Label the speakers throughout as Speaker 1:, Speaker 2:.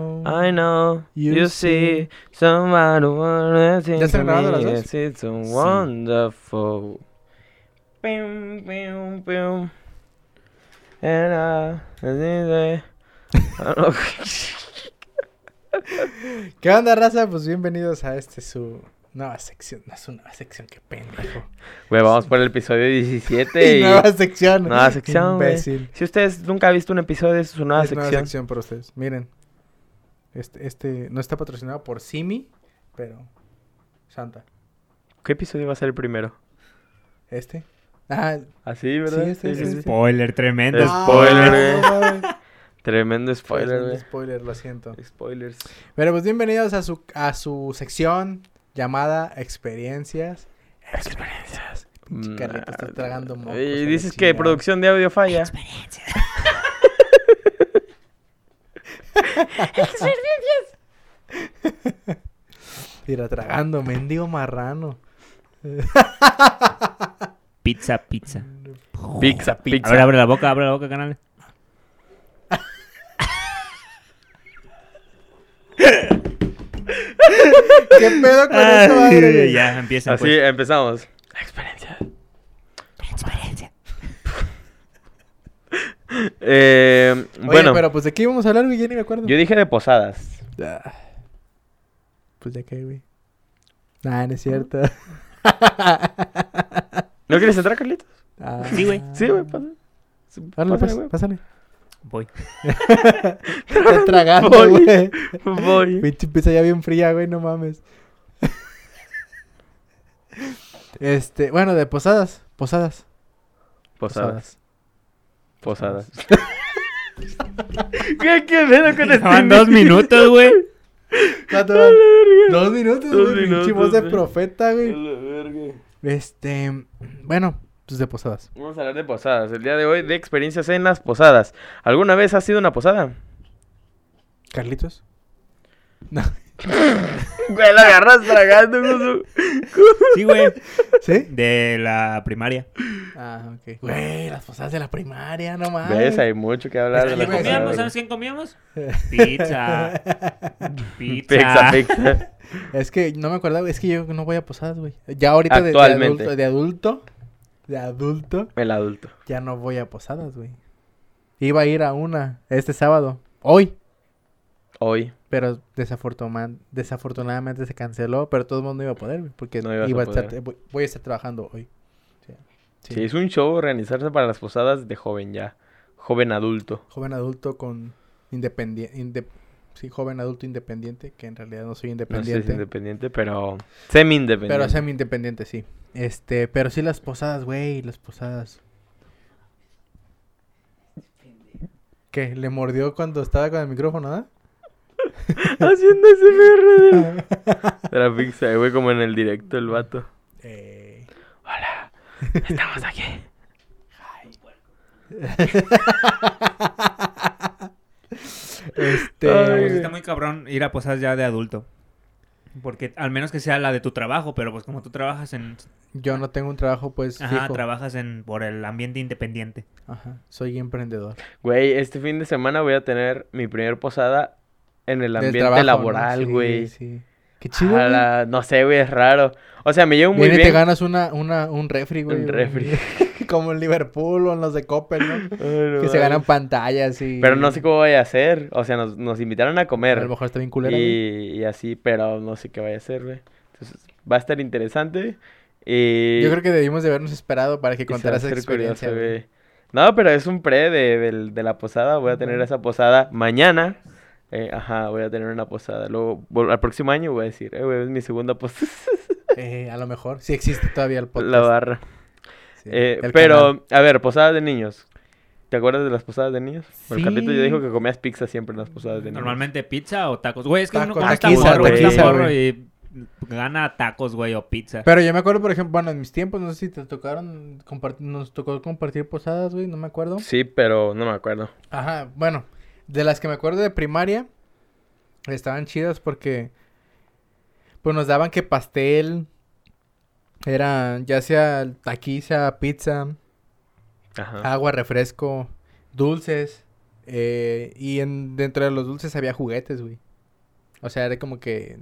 Speaker 1: I know
Speaker 2: You
Speaker 1: you,
Speaker 2: see.
Speaker 1: see, somebody wanna
Speaker 2: están grabando las dos?
Speaker 1: It's so
Speaker 2: Sí.
Speaker 1: wonderful. Pim, pim, pim. And I, I think I- I don't
Speaker 2: ¿Qué onda, raza? Pues bienvenidos a este su nueva sección. No es una nueva sección, qué pendejo.
Speaker 1: Güey, vamos por el episodio 17 y...
Speaker 2: nueva sección.
Speaker 1: Nueva sección, güey.
Speaker 2: Imbécil.
Speaker 1: Si ustedes nunca han visto un episodio de su nueva
Speaker 2: Es
Speaker 1: sección,
Speaker 2: nueva sección para ustedes. Miren. Este, este no está patrocinado por Simi, pero Santa.
Speaker 1: ¿qué episodio va a ser el primero?
Speaker 2: Este. Ah,
Speaker 1: Así, ¿verdad?
Speaker 2: Sí, este, este, este.
Speaker 3: Spoiler tremendo.
Speaker 1: Es- Spoiler,
Speaker 2: no, no, no.
Speaker 1: Tremendo spoiler,
Speaker 2: Es un
Speaker 1: güey.
Speaker 2: Spoiler, lo siento.
Speaker 1: Spoilers.
Speaker 2: Pero pues bienvenidos a su, a su sección llamada Experiencias. Experiencias. Pinche Carlito, estás
Speaker 1: Nah,
Speaker 2: tragando
Speaker 1: nah.
Speaker 2: mocos a
Speaker 1: Mm, ah, Y
Speaker 2: la
Speaker 1: dices que
Speaker 2: chingada.
Speaker 1: producción de audio falla.
Speaker 2: Tira tragando, mendigo marrano.
Speaker 3: Pizza, pizza.
Speaker 1: Pizza, pizza.
Speaker 3: A ver, abre la boca, abre la boca, canal.
Speaker 2: ¿Qué pedo con
Speaker 1: Ah,
Speaker 2: esta madre?
Speaker 3: Ay, ya empieza.
Speaker 1: Así
Speaker 3: pues.
Speaker 1: empezamos. Experiencia.
Speaker 3: Experiencia.
Speaker 1: Eh,
Speaker 2: bueno,
Speaker 1: bueno,
Speaker 2: pero pues de qué íbamos a hablar, güey, ya ni me acuerdo.
Speaker 1: yo dije de posadas.
Speaker 2: Ah. Pues de qué, güey. Nah,
Speaker 1: Ah.
Speaker 2: no es cierto.
Speaker 1: ¿No
Speaker 2: Pues
Speaker 1: quieres entrar, Carlitos?
Speaker 2: Ah.
Speaker 3: Sí, güey.
Speaker 1: Sí, güey, pues. pasa.
Speaker 2: Pásale,
Speaker 1: Pásale,
Speaker 2: pues,
Speaker 1: güey.
Speaker 2: pásale.
Speaker 3: Voy.
Speaker 2: Está tragando,
Speaker 1: Voy.
Speaker 2: güey.
Speaker 1: Voy.
Speaker 2: Pinche pizza ya bien fría, güey, no mames. este, bueno, de posadas, posadas.
Speaker 1: Posadas. Posadas. ¿Qué, qué pedo con este?
Speaker 3: Van dos minutos, güey.
Speaker 2: ¿Cuánto
Speaker 1: A la
Speaker 2: van?
Speaker 1: verga.
Speaker 2: Dos minutos,
Speaker 1: Dos
Speaker 2: güey, pinche
Speaker 1: minutos,
Speaker 2: voz de
Speaker 1: güey.
Speaker 2: profeta,
Speaker 1: A
Speaker 2: güey.
Speaker 1: la verga.
Speaker 2: Este, bueno, pues de posadas.
Speaker 1: Vamos a hablar de posadas. El día de hoy de experiencias en las posadas. ¿Alguna vez has sido una posada?
Speaker 2: Carlitos. No.
Speaker 1: Güey, la agarras tragando, güey.
Speaker 3: Sí, güey.
Speaker 2: ¿Sí?
Speaker 3: De la primaria.
Speaker 2: Ah, ok. Güey, las posadas de la primaria, no mames.
Speaker 1: ¿Ves? Hay mucho que hablar de
Speaker 2: ¿Qué
Speaker 1: la
Speaker 2: comíamos?
Speaker 1: posada. güey.
Speaker 3: ¿Sabes quién comíamos? Pizza.
Speaker 1: Pizza, Ah.
Speaker 3: Pizza.
Speaker 1: pizza.
Speaker 2: Es que no me acuerdo, es que yo no voy a posadas, güey. Ya ahorita de- de,
Speaker 1: Actualmente.
Speaker 2: adulto, de adulto, de adulto,
Speaker 1: El adulto.
Speaker 2: ya no voy a posadas, güey. Iba a ir a una este sábado, hoy,
Speaker 1: Hoy.
Speaker 2: pero desafortuna- desafortunadamente se canceló, pero todo el mundo iba a poder, güey, porque
Speaker 1: No ibas
Speaker 2: iba a,
Speaker 1: a
Speaker 2: estar,
Speaker 1: poder.
Speaker 2: voy, voy a estar trabajando hoy. Sí.
Speaker 1: Sí.
Speaker 2: Sí.
Speaker 1: es un show organizarse para las posadas de joven ya. Joven adulto.
Speaker 2: Joven adulto con independiente, sí, joven adulto independiente, que en realidad no soy
Speaker 1: No
Speaker 2: independiente.
Speaker 1: sé si es independiente, pero semi-independiente.
Speaker 2: Pero semi independiente, sí. Este, pero sí las posadas, güey, las posadas. ¿Qué? ¿Le mordió cuando estaba con el micrófono, ah?
Speaker 1: Haciendo ese de, de la pizza, güey, como en el directo el vato.
Speaker 2: Eh,
Speaker 1: Hola, estamos aquí.
Speaker 2: Este,
Speaker 1: Ay,
Speaker 3: Pues
Speaker 1: güey.
Speaker 3: está muy cabrón ir a posadas ya de adulto. Porque al menos que sea la de tu trabajo, pero pues como tú trabajas en...
Speaker 2: yo no tengo un trabajo, pues,
Speaker 3: Ajá,
Speaker 2: fijo.
Speaker 3: trabajas en... por el ambiente independiente.
Speaker 2: Ajá, soy emprendedor.
Speaker 1: Güey, este fin de semana voy a tener mi primer posada en el
Speaker 2: Del
Speaker 1: ambiente
Speaker 2: trabajo, ¿no?
Speaker 1: laboral,
Speaker 2: Sí,
Speaker 1: güey.
Speaker 2: sí. Qué chido,
Speaker 1: A
Speaker 2: güey.
Speaker 1: la- No sé, güey, es raro. O sea, me llevo muy
Speaker 2: Viene y
Speaker 1: bien.
Speaker 2: te ganas una, una, un refri, güey.
Speaker 1: Un refri.
Speaker 2: Como en Liverpool o en los de Coppel, ¿no?
Speaker 1: Ay, no
Speaker 2: que se
Speaker 1: mames.
Speaker 2: ganan pantallas y...
Speaker 1: Pero no sé cómo voy a hacer. O sea, nos, nos invitaron a
Speaker 2: A
Speaker 1: comer.
Speaker 2: lo mejor está bien culera, güey.
Speaker 1: y, y así, pero no sé qué vaya a hacer, güey. Entonces, va a estar interesante. Y,
Speaker 2: Yo creo que debimos de habernos esperado para que
Speaker 1: y se va a
Speaker 2: contaras esa
Speaker 1: hacer curioso,
Speaker 2: experiencia, güey.
Speaker 1: güey. No, pero es un pre de, del- de la posada. Voy a tener esa posada mañana. Eh, ajá, voy a tener una posada. Luego, vol- al próximo año voy a decir, eh, güey, es mi segunda posada.
Speaker 2: Eh, a lo mejor. Sí existe todavía el podcast.
Speaker 1: la barra.
Speaker 2: sí,
Speaker 1: Eh,
Speaker 2: el
Speaker 1: pero,
Speaker 2: canal.
Speaker 1: a ver, posadas de niños. ¿Te acuerdas de las posadas de niños? Porque Carlito ya
Speaker 2: Sí.
Speaker 1: dijo que comías pizza siempre en las posadas de niños.
Speaker 3: Normalmente pizza o tacos. Güey, es que uno
Speaker 2: Tacos,
Speaker 3: cuando está
Speaker 2: taquiza,
Speaker 3: morro, güey,
Speaker 1: taquiza,
Speaker 3: está morro
Speaker 2: güey.
Speaker 3: y gana tacos, güey, o pizza.
Speaker 2: Pero yo me acuerdo, por ejemplo, bueno, en mis tiempos, no sé si te tocaron, compart- nos tocó compartir posadas, güey, no me acuerdo.
Speaker 1: Sí, pero no me acuerdo.
Speaker 2: Ajá, bueno, de las que me acuerdo de primaria, estaban chidas porque, pues nos daban que pastel, era ya sea taquiza, pizza,
Speaker 1: Ajá.
Speaker 2: Ah, agua, refresco, dulces, Eh, y en, dentro de los dulces había juguetes, güey. O sea, era como que...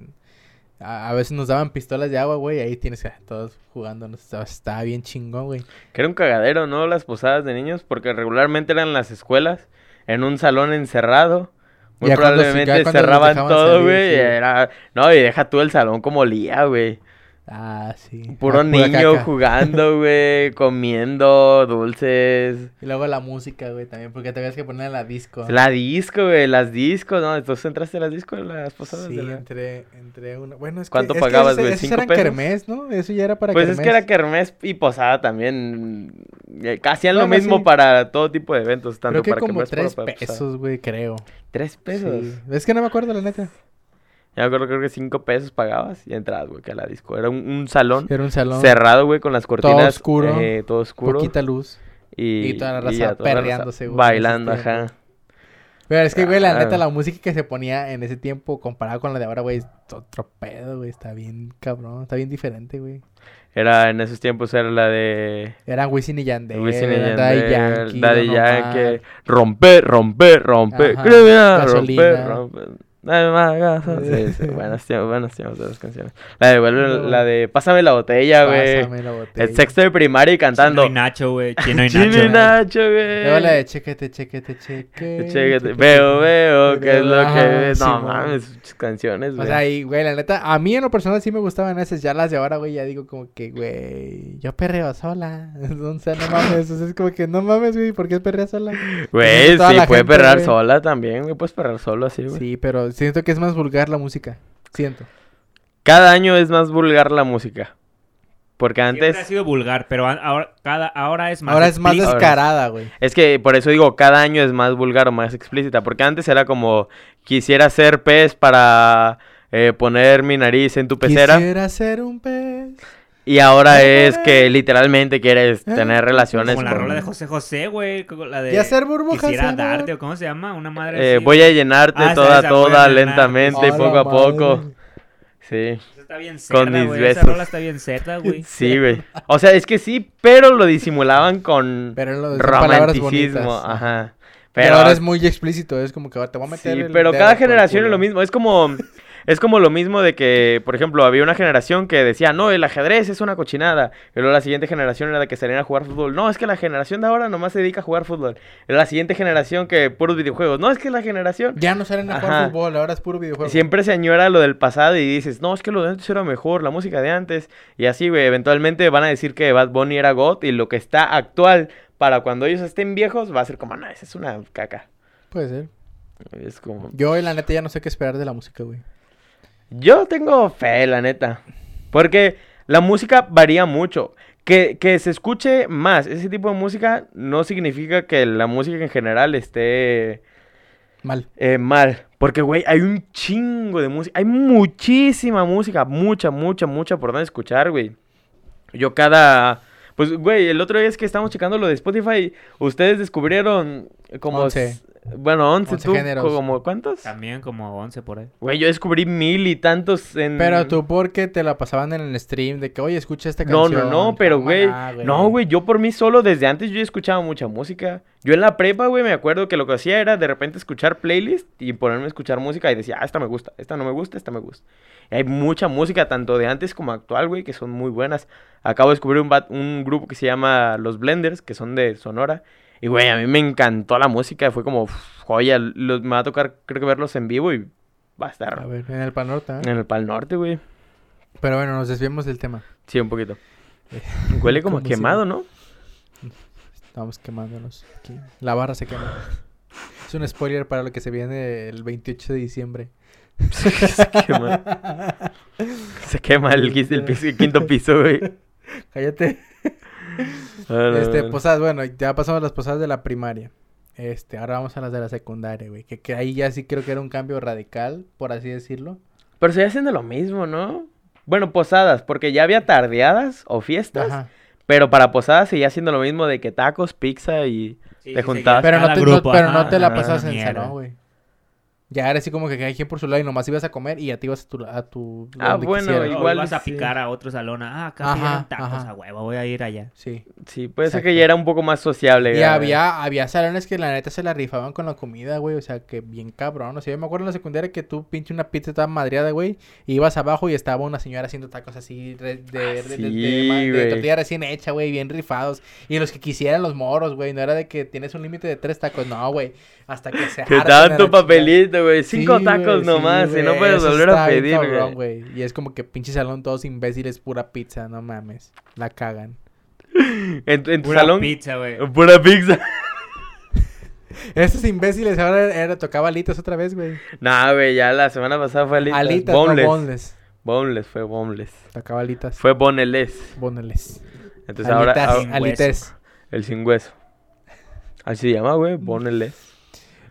Speaker 2: A, a veces nos daban pistolas de agua, güey. y Ahí tienes a todos jugando. nos Estaba, estaba bien chingón, güey.
Speaker 1: Que era un cagadero, ¿no? Las posadas de niños, porque regularmente eran las escuelas, en un salón encerrado. Muy
Speaker 2: Ya cuando se- ya
Speaker 1: probablemente
Speaker 2: cuando los
Speaker 1: cerraban
Speaker 2: dejaban
Speaker 1: todo,
Speaker 2: salir,
Speaker 1: güey. y
Speaker 2: sí.
Speaker 1: Era... No, y deja tú el salón como olía, güey.
Speaker 2: Ah, sí.
Speaker 1: Puro
Speaker 2: Ah, pura
Speaker 1: niño
Speaker 2: caca.
Speaker 1: jugando, güey, comiendo dulces.
Speaker 2: Y luego la música, güey, también. Porque te habías que poner la disco.
Speaker 1: La disco, güey, las discos, ¿no? Entonces entraste a las discos, las posadas.
Speaker 2: Sí,
Speaker 1: de la-
Speaker 2: entre, entre una... Bueno, es que-
Speaker 1: ¿Cuánto
Speaker 2: es que
Speaker 1: pagabas,
Speaker 2: ese-
Speaker 1: güey?
Speaker 2: esos
Speaker 1: ¿Cinco
Speaker 2: eran
Speaker 1: pesos?
Speaker 2: kermés, ¿no? Eso ya era para
Speaker 1: Pues es
Speaker 2: kermés.
Speaker 1: que era kermés y posada también. eh, Hacían
Speaker 2: No,
Speaker 1: lo
Speaker 2: no,
Speaker 1: mismo
Speaker 2: sí.
Speaker 1: para todo tipo de eventos,
Speaker 2: Creo
Speaker 1: tanto
Speaker 2: que
Speaker 1: para
Speaker 2: como
Speaker 1: kermés
Speaker 2: tres
Speaker 1: para posada.
Speaker 2: pesos, güey, creo.
Speaker 1: Tres pesos.
Speaker 2: Sí. Es que no me acuerdo, la neta.
Speaker 1: Ya me acuerdo, creo que cinco pesos pagabas y entrabas, güey, que a la disco. Era un, un salón
Speaker 2: Era un salón.
Speaker 1: cerrado, güey, con las cortinas.
Speaker 2: oscuro,
Speaker 1: eh, todo oscuro.
Speaker 2: Poquita luz.
Speaker 1: Y,
Speaker 2: y toda la
Speaker 1: ya
Speaker 2: raza
Speaker 1: toda la
Speaker 2: perreándose, güey,
Speaker 1: Bailando,
Speaker 2: en ese
Speaker 1: ajá.
Speaker 2: Pero es que, güey, la neta,
Speaker 1: Claro.
Speaker 2: la música que se ponía en ese tiempo comparada con la de ahora, güey, es otro pedo, güey. Está bien cabrón, está bien diferente, güey.
Speaker 1: Era, en esos tiempos era la de...
Speaker 2: Eran Wisin y Yandel,
Speaker 1: Wisin y
Speaker 2: eran Daddy
Speaker 1: Yandel,
Speaker 2: Yankee,
Speaker 1: Daddy
Speaker 2: Don Omar.
Speaker 1: Yankee. Romper, romper, romper.
Speaker 2: Ajá,
Speaker 1: criminal,
Speaker 2: Gasolina.
Speaker 1: romper, romper. Dame más gasolina. Sí, sí, buenos tiempos, buenos tiempos de las canciones. La de, vuelve,
Speaker 2: No.
Speaker 1: la de Pásame la botella, güey.
Speaker 2: Pásame la botella.
Speaker 1: El sexto de primaria y cantando.
Speaker 3: Chino y Nacho, güey. Chino y
Speaker 1: Chino
Speaker 3: Nacho.
Speaker 1: y Nacho, güey.
Speaker 2: Luego la de chequete, chequete, chequete.
Speaker 1: Chéquete, Veo, veo, qué es lo que
Speaker 2: Ajá,
Speaker 1: ves. No
Speaker 2: Simón.
Speaker 1: mames, muchas canciones,
Speaker 2: O
Speaker 1: güey.
Speaker 2: sea, y, güey, la neta, a mí en lo personal sí me gustaban esas. Ya las de ahora, güey, ya digo como que, güey, yo perreo sola. O sea, no mames. O sea, es como que, no mames, güey, ¿por qué perreo sola?
Speaker 1: Güey,
Speaker 2: toda
Speaker 1: sí,
Speaker 2: la
Speaker 1: puede
Speaker 2: gente,
Speaker 1: perrar
Speaker 2: güey.
Speaker 1: sola también, güey. Puedes perrar solo así, güey.
Speaker 2: Sí, pero siento que es más vulgar la música. Siento.
Speaker 1: Cada año es más vulgar la música. Porque
Speaker 3: Siempre
Speaker 1: antes.
Speaker 3: ha sido vulgar, pero a- ahora, cada, ahora es más.
Speaker 2: Ahora es más
Speaker 3: explícito.
Speaker 1: explícito.
Speaker 2: descarada, güey.
Speaker 1: Es que por eso digo, cada año es más vulgar o más explícita. Porque antes era como, quisiera ser pez para eh, poner mi nariz en tu pecera.
Speaker 2: Quisiera ser un pez.
Speaker 1: Y ahora es que literalmente quieres tener relaciones
Speaker 3: Eh, Como la
Speaker 1: con-
Speaker 3: rola de José José, güey. como La de.
Speaker 2: Y hacer burbujas.
Speaker 3: Quisiera
Speaker 2: en
Speaker 3: darte,
Speaker 2: el-
Speaker 3: o ¿cómo se llama? Una madre.
Speaker 1: Eh,
Speaker 3: así,
Speaker 1: voy
Speaker 3: güey.
Speaker 1: a llenarte
Speaker 3: Ah, esa-
Speaker 1: toda,
Speaker 3: esa voy a
Speaker 1: toda,
Speaker 3: llenar.
Speaker 1: lentamente,
Speaker 2: A la
Speaker 1: poco a poco.
Speaker 2: madre.
Speaker 1: Sí,
Speaker 3: Esa pues, Está bien cerda,
Speaker 1: Con mis
Speaker 3: güey.
Speaker 1: besos.
Speaker 3: Esa rola está bien cerda, güey.
Speaker 1: sí, güey. O sea, es que sí, pero lo disimulaban con
Speaker 2: Pero lo de palabras bonitas.
Speaker 1: romanticismo. Ajá.
Speaker 2: Pero, ahora es muy explícito. Es como que va, te voy a meter.
Speaker 1: Sí,
Speaker 2: el
Speaker 1: pero
Speaker 2: dedo
Speaker 1: cada
Speaker 2: por el
Speaker 1: generación es
Speaker 2: culo.
Speaker 1: lo mismo. Es como, es como lo mismo de que, por ejemplo, había una generación que decía, no, el ajedrez es una cochinada. Y luego la siguiente generación era la que salían a jugar fútbol. No, es que la generación de ahora nomás se dedica a jugar fútbol. Y luego la siguiente generación que puros videojuegos. No, es que la generación...
Speaker 2: Ya no salen a
Speaker 1: Ajá.
Speaker 2: jugar fútbol, ahora es puro videojuego.
Speaker 1: Siempre se añora lo del pasado y dices, no, es que lo de antes era mejor, la música de antes. Y así, güey, eventualmente van a decir que Bad Bunny era God y lo que está actual para cuando ellos estén viejos va a ser como, no, esa es una caca.
Speaker 2: Puede ser.
Speaker 1: Es como...
Speaker 2: Yo, la neta, ya no sé qué esperar de la música, güey.
Speaker 1: Yo tengo fe, la neta. Porque la música varía mucho. Que, que se escuche más ese tipo de música no significa que la música en general esté
Speaker 2: Mal.
Speaker 1: eh, mal. Porque, güey, hay un chingo de música. Hay muchísima música. Mucha, mucha, mucha por donde escuchar, güey. Yo cada... Pues, güey, el otro día es que estábamos checando lo de Spotify. Ustedes descubrieron como...
Speaker 2: Once.
Speaker 1: s- Bueno, 11,
Speaker 2: Once
Speaker 1: tú.
Speaker 2: géneros.
Speaker 1: Como, ¿Cuántos?
Speaker 3: También como 11 por ahí.
Speaker 1: Güey, yo descubrí mil y tantos en...
Speaker 2: Pero tú, porque te la pasaban en el stream de que, oye, escucha esta
Speaker 1: No,
Speaker 2: canción?
Speaker 1: no, no, pero
Speaker 2: Ah,
Speaker 1: güey.
Speaker 2: nah,
Speaker 1: No, güey, yo por mí solo desde antes yo escuchaba mucha música. Yo en la prepa, güey, me acuerdo que lo que hacía era de repente escuchar playlist y ponerme a escuchar música y decía, ah, esta me gusta, esta no me gusta, esta me gusta. Y hay mucha música, tanto de antes como actual, güey, que son muy buenas. Acabo de descubrir un, bat- un grupo que se llama Los Blenders, que son de Sonora. Y, güey, a mí me encantó la música. Fue como, "Uf, joya, los, me va a tocar, creo que verlos en vivo y va a estar
Speaker 2: A ver, en el panorta.
Speaker 1: en el Pal Norte, güey.
Speaker 2: Pero bueno, nos desviamos del tema.
Speaker 1: Sí, un poquito. Huele como a
Speaker 2: Como si-
Speaker 1: quemado, ¿no?
Speaker 2: Estamos quemándonos. aquí. La barra se quema. Es un spoiler para lo que se viene el 28 de diciembre.
Speaker 1: se quema. Se quema el, quis- el piso- el quinto piso, güey.
Speaker 2: Cállate. Este,
Speaker 1: pues,
Speaker 2: posadas, bueno, ya pasamos las posadas de la primaria. Este, ahora vamos a las de la secundaria, güey. Que, que ahí ya sí creo que era un cambio radical, por así decirlo.
Speaker 1: Pero se haciendo lo mismo, ¿no? Bueno, posadas, porque ya había tardeadas o
Speaker 3: Pues,
Speaker 1: fiestas,
Speaker 2: Ajá.
Speaker 1: pero para posadas seguía haciendo lo mismo de que tacos, pizza y... Te juntabas.
Speaker 2: Pero no,
Speaker 3: cada
Speaker 2: te, no-
Speaker 3: grupo,
Speaker 2: pero
Speaker 3: ajá, Ah,
Speaker 2: no te la
Speaker 1: ajá,
Speaker 2: pasas en
Speaker 3: mierda.
Speaker 2: salón, güey. Ya era así como que cada quien por su lado y nomás ibas a comer y ya te ibas a tu... A tu
Speaker 1: Ah,
Speaker 2: donde
Speaker 1: bueno,
Speaker 2: quisieras.
Speaker 1: y-
Speaker 3: Pero
Speaker 1: igual
Speaker 3: vas a
Speaker 1: sí.
Speaker 3: picar a otro salón. Ah, acá
Speaker 2: Ajá,
Speaker 3: pidieron tacos
Speaker 2: ajá.
Speaker 3: a huevo, voy a ir allá.
Speaker 2: Sí.
Speaker 1: Sí, puede ser que
Speaker 2: Exacto.
Speaker 1: ya era un poco más sociable.
Speaker 2: Y
Speaker 1: ¿verdad?
Speaker 2: había, había salones que la neta se la rifaban con la comida, güey. O sea, que bien cabrón. O sea, yo me acuerdo en la secundaria que tú pinche una pizza estaba madreada, güey. Y ibas abajo y estaba una señora haciendo tacos así re- de, de, de- de-
Speaker 1: Ah, sí,
Speaker 2: ma- de
Speaker 1: güey.
Speaker 2: tortilla recién hecha, güey. Bien rifados. Y los que quisieran los moros, güey. No era de que tienes un límite de tres tacos. No, güey. Hasta que se
Speaker 1: Te
Speaker 2: harten a la
Speaker 1: daban tu
Speaker 2: chingada.
Speaker 1: papelito, güey.
Speaker 2: Sí,
Speaker 1: Cinco
Speaker 2: güey,
Speaker 1: tacos
Speaker 2: sí,
Speaker 1: nomás y no
Speaker 2: güey,
Speaker 1: puedes
Speaker 2: eso
Speaker 1: volver
Speaker 2: está
Speaker 1: a
Speaker 2: bien
Speaker 1: pedir,
Speaker 2: cabrón,
Speaker 1: güey.
Speaker 2: güey. Y es como que pinche salón todos imbéciles, pura pizza. No mames. La cagan.
Speaker 1: En, tu- en tu
Speaker 3: Pura
Speaker 1: salón.
Speaker 3: pizza, güey.
Speaker 1: Pura pizza.
Speaker 2: Estos imbéciles ahora era, tocaba alitas otra vez, güey.
Speaker 1: Nah, güey, ya la semana pasada fue alitas.
Speaker 2: Alitas,
Speaker 1: boneless.
Speaker 2: no boneless.
Speaker 1: Boneless, fue boneless.
Speaker 2: Tocaba alitas.
Speaker 1: Fue boneless.
Speaker 2: Boneless.
Speaker 1: Entonces ahora,
Speaker 2: alitas,
Speaker 1: ahora-
Speaker 3: ah,
Speaker 2: alitas.
Speaker 1: el sin hueso. Así se llama,
Speaker 2: Mm.
Speaker 1: güey, boneless.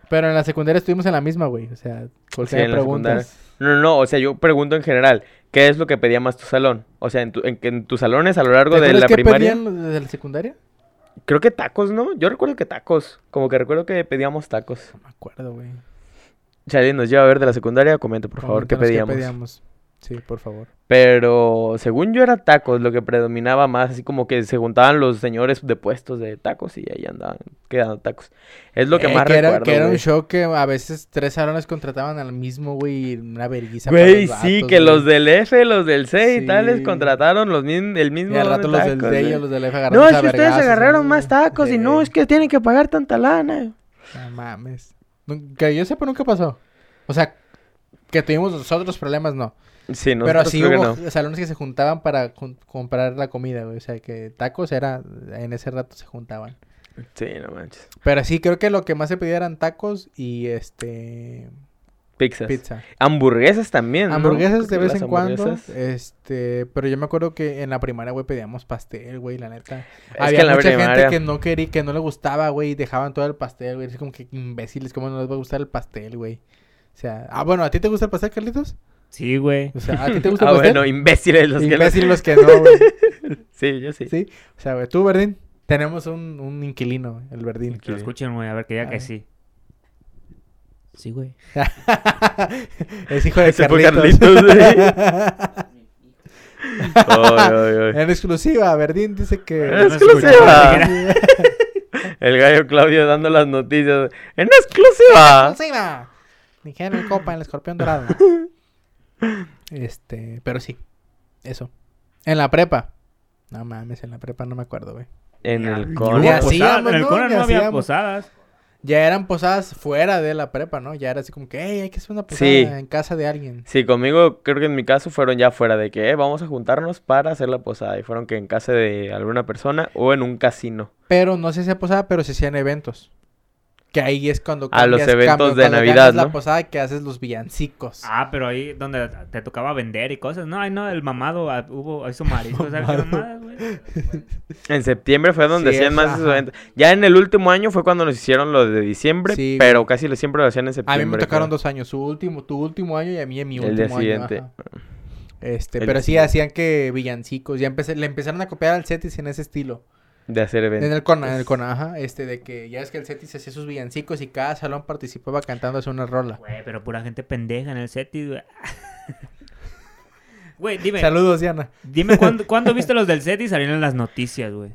Speaker 2: Pero en la secundaria estuvimos en la misma, güey. O sea, ¿por
Speaker 1: Sí,
Speaker 2: qué me
Speaker 1: en la
Speaker 2: preguntas?
Speaker 1: No, no, no, o sea, yo pregunto en general, ¿qué es lo que pedía más tu salón? O sea, en, tu- en- en tus salones a lo largo de
Speaker 2: acuerdas
Speaker 1: la
Speaker 2: qué
Speaker 1: primaria.
Speaker 2: pedían los desde la secundaria?
Speaker 1: Creo que tacos, ¿no? Yo recuerdo que tacos. Como que recuerdo que pedíamos tacos.
Speaker 2: No me acuerdo, güey.
Speaker 1: Si alguien nos lleva a ver de la secundaria, comente, por favor, ¿qué
Speaker 2: Coméntanos
Speaker 1: pedíamos?
Speaker 2: Sí, por favor.
Speaker 1: Pero según yo era tacos lo que predominaba más, así como que se juntaban los señores de puestos de tacos y ahí andaban quedando tacos. Es lo que
Speaker 2: Eh,
Speaker 1: más
Speaker 2: era,
Speaker 1: recuerdo.
Speaker 2: Que era un
Speaker 1: güey.
Speaker 2: show que a veces tres salones contrataban al mismo, güey. y Una vergüenza. para
Speaker 1: Güey,
Speaker 2: los
Speaker 1: sí,
Speaker 2: vatos,
Speaker 1: que
Speaker 2: güey.
Speaker 1: los del F, los del C y tales
Speaker 2: Sí.
Speaker 1: contrataron los min- el mismo.
Speaker 2: Y al
Speaker 1: don de
Speaker 2: rato los del
Speaker 1: tacos,
Speaker 2: D y
Speaker 1: güey.
Speaker 2: los del F agarraron.
Speaker 1: No, es que ustedes agarraron más tacos y no, es que tienen que pagar tanta lana.
Speaker 2: No mames. Nun- Que yo sepa, nunca pasó. O sea, que tuvimos nosotros problemas, no.
Speaker 1: Sí, no,
Speaker 2: Pero así
Speaker 1: creo
Speaker 2: hubo
Speaker 1: que no.
Speaker 2: salones que se juntaban para con- comprar la comida, güey. O sea, que tacos era... En ese rato se juntaban.
Speaker 1: Sí, no manches.
Speaker 2: Pero sí, creo que lo que más se pedía eran tacos y, este...
Speaker 1: Pizzas.
Speaker 2: Pizza.
Speaker 1: Hamburguesas también. ¿no?
Speaker 2: Hamburguesas de
Speaker 1: Creo que
Speaker 2: vez
Speaker 1: las
Speaker 2: en cuando.
Speaker 1: hamburguesas-
Speaker 2: Este... Pero yo me acuerdo que en la primaria, güey, pedíamos pastel, güey, la neta.
Speaker 1: Es
Speaker 2: Había
Speaker 1: que en la
Speaker 2: mucha
Speaker 1: primaria-
Speaker 2: gente que no quería, que no le gustaba, güey, y dejaban todo el pastel, güey. Es como que imbéciles, ¿cómo no les va a gustar el pastel, güey? O sea, ah, bueno, ¿a ti te gusta el pastel, Carlitos?
Speaker 3: Sí, güey.
Speaker 2: O sea, ¿a ti te gusta
Speaker 1: Ah,
Speaker 2: el pastel?
Speaker 1: bueno, imbéciles los que no-
Speaker 2: Imbéciles los que no, güey.
Speaker 1: Sí, yo sí.
Speaker 2: Sí. O sea, güey, tú, Verdín, tenemos un, un inquilino, güey, el Verdín.
Speaker 3: Que lo escuchen, güey, a ver que diga
Speaker 2: A
Speaker 3: que
Speaker 2: ver.
Speaker 3: sí. Sí, güey.
Speaker 2: es hijo de
Speaker 1: Ese fue
Speaker 2: Carlitos.
Speaker 1: Carlitos, Ay, ay, ay.
Speaker 2: en exclusiva, Verdín dice
Speaker 1: En
Speaker 2: que...
Speaker 3: Bueno, no escuché,
Speaker 1: exclusiva.
Speaker 3: güey.
Speaker 1: El gallo Claudio dando las noticias. ¡En exclusiva!
Speaker 2: ¡Exclusiva! Dijeron el copa, el escorpión dorado. este, pero sí. Eso. En la prepa. No mames, en la prepa no me acuerdo, güey.
Speaker 1: En el
Speaker 3: Ni
Speaker 1: coro.
Speaker 3: hubo
Speaker 2: Le
Speaker 3: posadas,
Speaker 2: hacíamos,
Speaker 3: En el
Speaker 2: ¿no?
Speaker 3: Conan
Speaker 2: Le
Speaker 3: no había
Speaker 2: hacíamos.
Speaker 3: posadas.
Speaker 2: Ya eran posadas fuera de la prepa, ¿no? Ya era así como que, hey, hay que hacer una posada
Speaker 1: Sí.
Speaker 2: en casa de alguien.
Speaker 1: Sí, conmigo creo que en mi caso fueron ya fuera de que eh, vamos a juntarnos para hacer la posada. Y fueron que en casa de alguna persona o en un casino.
Speaker 2: Pero no se hacía posada, pero se hacían eventos. Que ahí es cuando
Speaker 1: Ah, los
Speaker 2: cambias-
Speaker 1: eventos
Speaker 2: cuando-
Speaker 1: de
Speaker 2: cuando
Speaker 1: Navidad,
Speaker 2: ganas la
Speaker 1: ¿no?
Speaker 2: posada que haces los villancicos.
Speaker 3: Ah, pero ahí donde te tocaba vender y cosas. No, ay, no, el mamado ah, hubo, hizo mariscos, ¿sabes qué
Speaker 2: Mamado.
Speaker 3: mamadas, güey?
Speaker 1: En septiembre fue donde
Speaker 2: Sí,
Speaker 1: hacían
Speaker 2: es-
Speaker 1: más esos
Speaker 2: ajá.
Speaker 1: eventos. Ya en el último año fue cuando nos hicieron lo de diciembre,
Speaker 2: Sí,
Speaker 1: pero casi lo- siempre lo hacían en
Speaker 2: a
Speaker 1: septiembre.
Speaker 2: mí me tocaron
Speaker 1: creo.
Speaker 2: dos años, su último, tu último año y a mí en mi
Speaker 1: El
Speaker 2: último
Speaker 1: día
Speaker 2: año,
Speaker 1: siguiente.
Speaker 2: ajá. Este,
Speaker 1: El
Speaker 2: pero
Speaker 1: día
Speaker 2: sí
Speaker 1: siguiente.
Speaker 2: hacían que villancicos, ya empecé, le empezaron a copiar al Cetis en ese estilo.
Speaker 1: De hacer
Speaker 2: En
Speaker 1: eventos.
Speaker 2: el Cona, en el Cona, ajá, este de que ya es que el Cetis hacía sus villancicos y cada salón participaba cantándose una rola.
Speaker 3: Güey, pero pura gente pendeja en el set, güey. Güey, dime,
Speaker 2: Saludos, Diana.
Speaker 3: dime cuándo, cuándo viste los del set y salieron en las noticias, güey.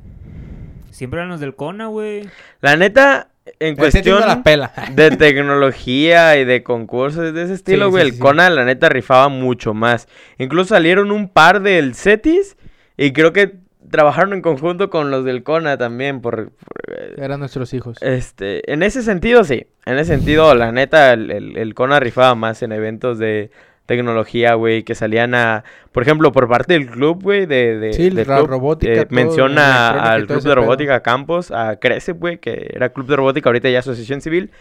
Speaker 3: Siempre eran los del Cona, güey.
Speaker 1: La neta, en
Speaker 2: El Cetis no
Speaker 1: cuestión.
Speaker 2: la pela.
Speaker 1: de tecnología y de concursos de ese estilo,
Speaker 2: Sí,
Speaker 1: güey.
Speaker 2: sí,
Speaker 1: el
Speaker 2: sí, sí.
Speaker 1: Conan, la neta, rifaba mucho más. Incluso salieron un par del Cetis y creo que trabajaron en conjunto con los del Cona también. Por, por, eh,
Speaker 2: Eran nuestros hijos.
Speaker 1: este, en ese sentido, sí. En ese sentido, la neta, el, el, el Kona rifaba más en eventos de tecnología, güey, que salían a, por ejemplo, por parte del club, güey, de, de,
Speaker 2: Sí,
Speaker 1: del
Speaker 2: la
Speaker 1: club, eh,
Speaker 2: robótica, todo,
Speaker 1: menciona
Speaker 2: electrónica y
Speaker 1: al
Speaker 2: todo
Speaker 1: club
Speaker 2: ese
Speaker 1: de
Speaker 2: pedo.
Speaker 1: robótica Campos, a Crece, güey, que era club de robótica, ahorita ya asociación civil.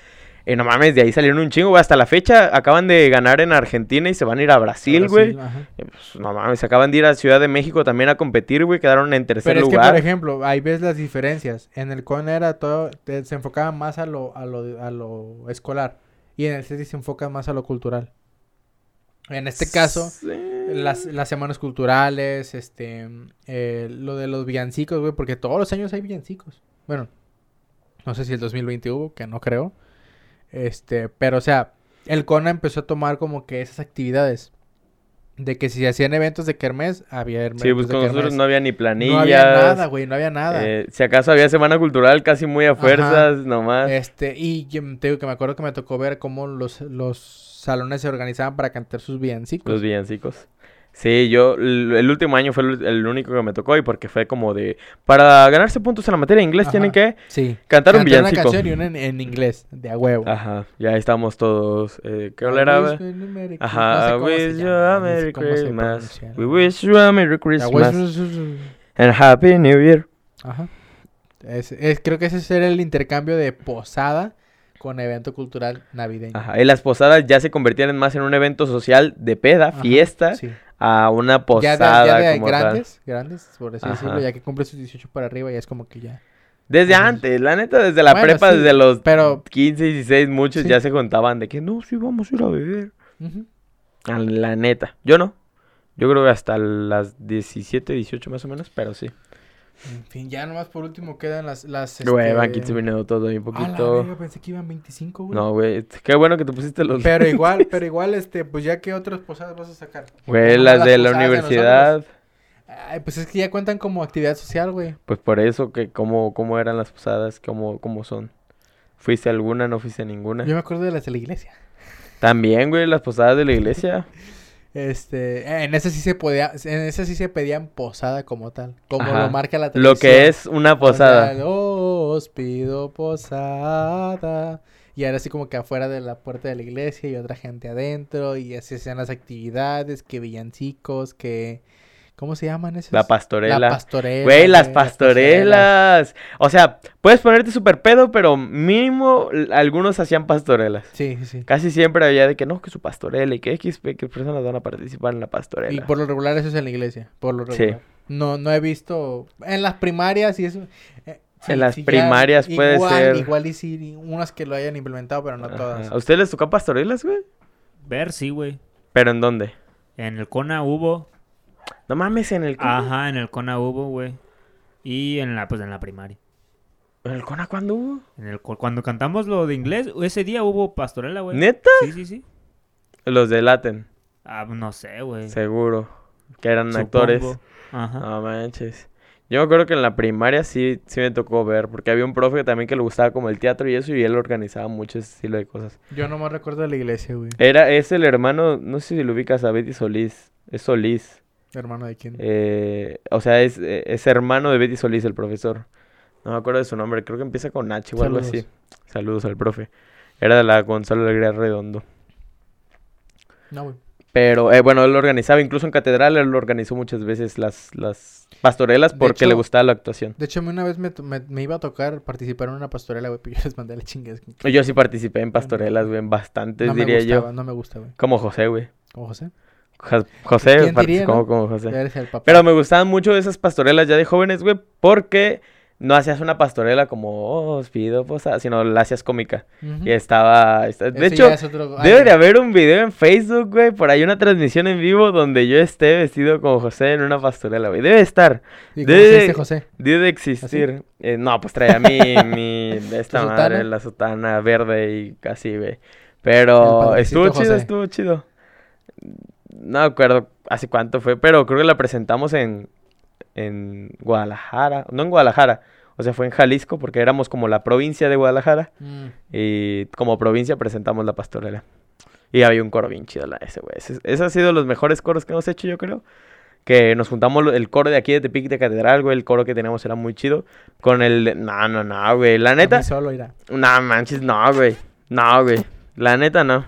Speaker 1: Y no mames, de ahí salieron un chingo, güey. Hasta la fecha acaban de ganar en Argentina y se van a ir a Brasil, güey.
Speaker 2: ajá.
Speaker 1: Eh, pues, no mames, acaban de ir a Ciudad de México también a competir, güey. Quedaron en tercer
Speaker 2: Pero es que,
Speaker 1: lugar.
Speaker 2: por ejemplo, ahí ves las diferencias. En el con era todo, te- se enfocaba más a lo, a lo, a lo escolar. Y en el CETI se enfoca más a lo cultural. En este caso, las, las semanas culturales, este, eh, lo de los villancicos, güey, porque todos los años hay villancicos. Bueno, no sé si el 2020 hubo, que no creo. Este, pero o sea, el CONA empezó a tomar como que esas actividades. De que si se hacían eventos de kermés, había eventos
Speaker 1: Sí, pues
Speaker 2: de
Speaker 1: con
Speaker 2: kermés.
Speaker 1: nosotros no había ni planillas.
Speaker 2: No había nada, güey, no había nada.
Speaker 1: eh, si acaso había semana cultural casi muy a
Speaker 2: Ajá.
Speaker 1: fuerzas, nomás.
Speaker 2: Este, y yo te digo que me acuerdo que me tocó ver cómo los, los salones se organizaban para cantar sus villancicos.
Speaker 1: Los villancicos. Sí, yo, l- el último año fue el, el único que me tocó y porque fue como de, para ganarse puntos en la materia de inglés
Speaker 2: Ajá.
Speaker 1: tienen que
Speaker 2: Sí.
Speaker 1: cantar un
Speaker 2: Cantar
Speaker 1: villancico.
Speaker 2: una canción y una en, en inglés, de a huevo.
Speaker 1: Ajá, ya estamos todos. Eh, ¿Qué olera?
Speaker 2: I wish
Speaker 1: era?
Speaker 2: you a Merry Christmas. No sé cómo se llama, no sé
Speaker 1: Ajá, I wish you a Merry
Speaker 2: cómo se
Speaker 1: Christmas.
Speaker 2: pronuncia.
Speaker 1: We wish you a Merry
Speaker 2: I wish-
Speaker 1: Christmas. And Happy New Year.
Speaker 2: Ajá. Es- es- creo que ese era el intercambio de posada con evento cultural navideño.
Speaker 1: Ajá, y las posadas ya se convertían en más en un evento social de peda,
Speaker 2: Ajá,
Speaker 1: fiesta,
Speaker 2: sí.
Speaker 1: a una
Speaker 2: Ya de-
Speaker 1: posada
Speaker 2: ya de,
Speaker 1: como tal.
Speaker 2: grandes, grandes, por así
Speaker 1: Ajá.
Speaker 2: decirlo, ya que cumple sus 18 para arriba, ya es como que ya.
Speaker 1: Desde
Speaker 2: Ajá.
Speaker 1: antes, la neta, desde la
Speaker 2: Bueno,
Speaker 1: prepa,
Speaker 2: sí,
Speaker 1: desde los
Speaker 2: pero-
Speaker 1: 15, 16, muchos
Speaker 2: Sí.
Speaker 1: ya se juntaban de que no, sí, vamos a ir a beber.
Speaker 2: Ujú.
Speaker 1: A La neta, yo no. Yo creo que hasta las 17, 18 más o menos, pero sí.
Speaker 2: En fin, ya nomás por último quedan las. las
Speaker 1: Luego van
Speaker 2: este,
Speaker 1: 15 minutos, todo un
Speaker 2: a la
Speaker 1: poquito.
Speaker 2: verga, pensé que iban 25, güey.
Speaker 1: No, pues. güey, este, qué bueno que te pusiste los...
Speaker 2: Pero igual, pero igual, este, pues ya que otras posadas vas a sacar.
Speaker 1: Güey,
Speaker 2: Como
Speaker 1: las de la
Speaker 2: posadas
Speaker 1: universidad,
Speaker 2: nosotros. Ay, pues es que ya cuentan como actividad social, güey.
Speaker 1: pues por eso, que cómo, cómo eran las posadas, cómo, cómo son. ¿Fuiste a alguna, no fuiste a ninguna?
Speaker 2: Yo me acuerdo de las de la iglesia.
Speaker 1: También, güey, las posadas de la iglesia.
Speaker 2: Este, eh, en ese sí se podía, en ese sí se pedían posada como tal, como
Speaker 1: Ajá.
Speaker 2: lo marca la
Speaker 1: Lo que es una
Speaker 2: O sea,
Speaker 1: posada.
Speaker 2: Os pido posada. Y ahora sí como que afuera de la puerta de la iglesia y otra gente adentro y así hacían las actividades, que villancicos, que ¿cómo se llaman esos?
Speaker 1: La
Speaker 2: La
Speaker 1: pastorela.
Speaker 2: pastorela.
Speaker 1: Güey, las
Speaker 2: güey, pastorelas.
Speaker 1: pastorelas. O sea, puedes ponerte súper pedo, pero mínimo l- algunos hacían pastorelas.
Speaker 2: Sí, sí, sí.
Speaker 1: Casi siempre había de que no, que su pastorela y que X pe- que personas van a participar en la
Speaker 2: Y
Speaker 1: pastorela.
Speaker 2: por lo regular eso es en la iglesia, por lo
Speaker 1: Sí.
Speaker 2: regular. No, no he visto en las primarias y eso. eh,
Speaker 1: En las primarias puede
Speaker 2: igual,
Speaker 1: ser.
Speaker 2: Igual y sí, y unas que lo hayan implementado, pero no
Speaker 1: Ajá.
Speaker 2: todas.
Speaker 1: ¿A ustedes les tocó pastorelas, güey?
Speaker 3: Ver, sí, güey.
Speaker 1: ¿Pero en dónde?
Speaker 3: En el Cona hubo.
Speaker 1: No mames, en el Cona.
Speaker 3: Ajá, en el Cona hubo, güey. Y en la, pues en la primaria.
Speaker 1: ¿En el Cona cuándo hubo?
Speaker 3: En el, co- cuando cantamos lo de inglés, ese día hubo pastorela, güey.
Speaker 1: ¿Neta?
Speaker 3: Sí, sí, sí.
Speaker 1: Los de Latin,
Speaker 3: Ah, no sé, güey.
Speaker 1: seguro. Que eran
Speaker 3: Supongo.
Speaker 1: actores. Ah.
Speaker 3: Ajá.
Speaker 1: No manches. Yo me acuerdo que en la primaria sí, sí me tocó ver, porque había un profe que también que le gustaba como el teatro y eso, y él organizaba mucho ese estilo de cosas.
Speaker 2: Yo no me recuerdo de la iglesia, güey.
Speaker 1: Era, es el hermano, no sé si lo ubicas a Betty Solís, es Solís.
Speaker 2: Hermano de quién.
Speaker 1: eh, o sea, es, eh, es hermano de Betty Solís, el profesor. No me acuerdo de su nombre, creo que empieza con H o algo así. Saludos al profe. Era de la Gonzalo Alegría Redondo.
Speaker 2: No, güey.
Speaker 1: Pero eh, bueno, él lo organizaba, incluso en catedral, él lo organizó muchas veces las, las pastorelas
Speaker 2: De
Speaker 1: porque le
Speaker 2: hecho-
Speaker 1: gustaba la actuación.
Speaker 2: De hecho, a mí una vez me, to- me- me iba a tocar participar en una pastorela, güey, pero yo les mandé la chingada. es que
Speaker 1: Yo sí participé en pastorelas, güey, en bastantes,
Speaker 2: Mm. No me
Speaker 1: diría
Speaker 2: gustaba,
Speaker 1: yo.
Speaker 2: no me gusta, güey.
Speaker 1: Como José, güey.
Speaker 2: ¿Cómo José?
Speaker 1: Jo- José
Speaker 2: ¿Quién
Speaker 1: participó
Speaker 2: diría, no?
Speaker 1: como José.
Speaker 2: Ya eres el papá.
Speaker 1: Pero me gustaban mucho esas pastorelas ya de jóvenes, güey, porque no hacías una pastorela como, oh, os pido posada, sino la hacías cómica.
Speaker 2: Ujú.
Speaker 1: Y estaba... esta- De
Speaker 2: Eso
Speaker 1: hecho,
Speaker 2: ya es otro- ay,
Speaker 1: debe de
Speaker 2: güey.
Speaker 1: haber un video en Facebook, güey, por ahí una transmisión en vivo donde yo esté vestido como José en una pastorela, güey. Debe estar,
Speaker 2: ¿Y cómo
Speaker 1: de-
Speaker 2: se dice José?
Speaker 1: debe de existir. Eh, no, pues traía mi, mi, esta
Speaker 2: ¿Tu
Speaker 1: madre,
Speaker 2: ¿Ah, sotana?
Speaker 1: la sotana verde y así, güey. Pero
Speaker 2: El
Speaker 1: estuvo
Speaker 2: padrecito
Speaker 1: chido,
Speaker 2: José.
Speaker 1: estuvo chido. No me acuerdo hace cuánto fue, pero creo que la presentamos en, en Guadalajara. No en Guadalajara, o sea, fue en Jalisco porque éramos como la provincia de Guadalajara.
Speaker 2: Mm.
Speaker 1: Y como provincia presentamos la pastorela. Y había un coro bien chido, la de ese, güey. Ese, ese ha sido los mejores coros que hemos hecho, yo creo. Que nos juntamos lo- el coro de aquí de Tepic de Catedral, güey. El coro que teníamos era muy chido. Con el. de- No, no, no, güey. La
Speaker 2: A
Speaker 1: neta.
Speaker 2: mí solo irá.
Speaker 1: No manches, no, güey. No, güey. La neta, no.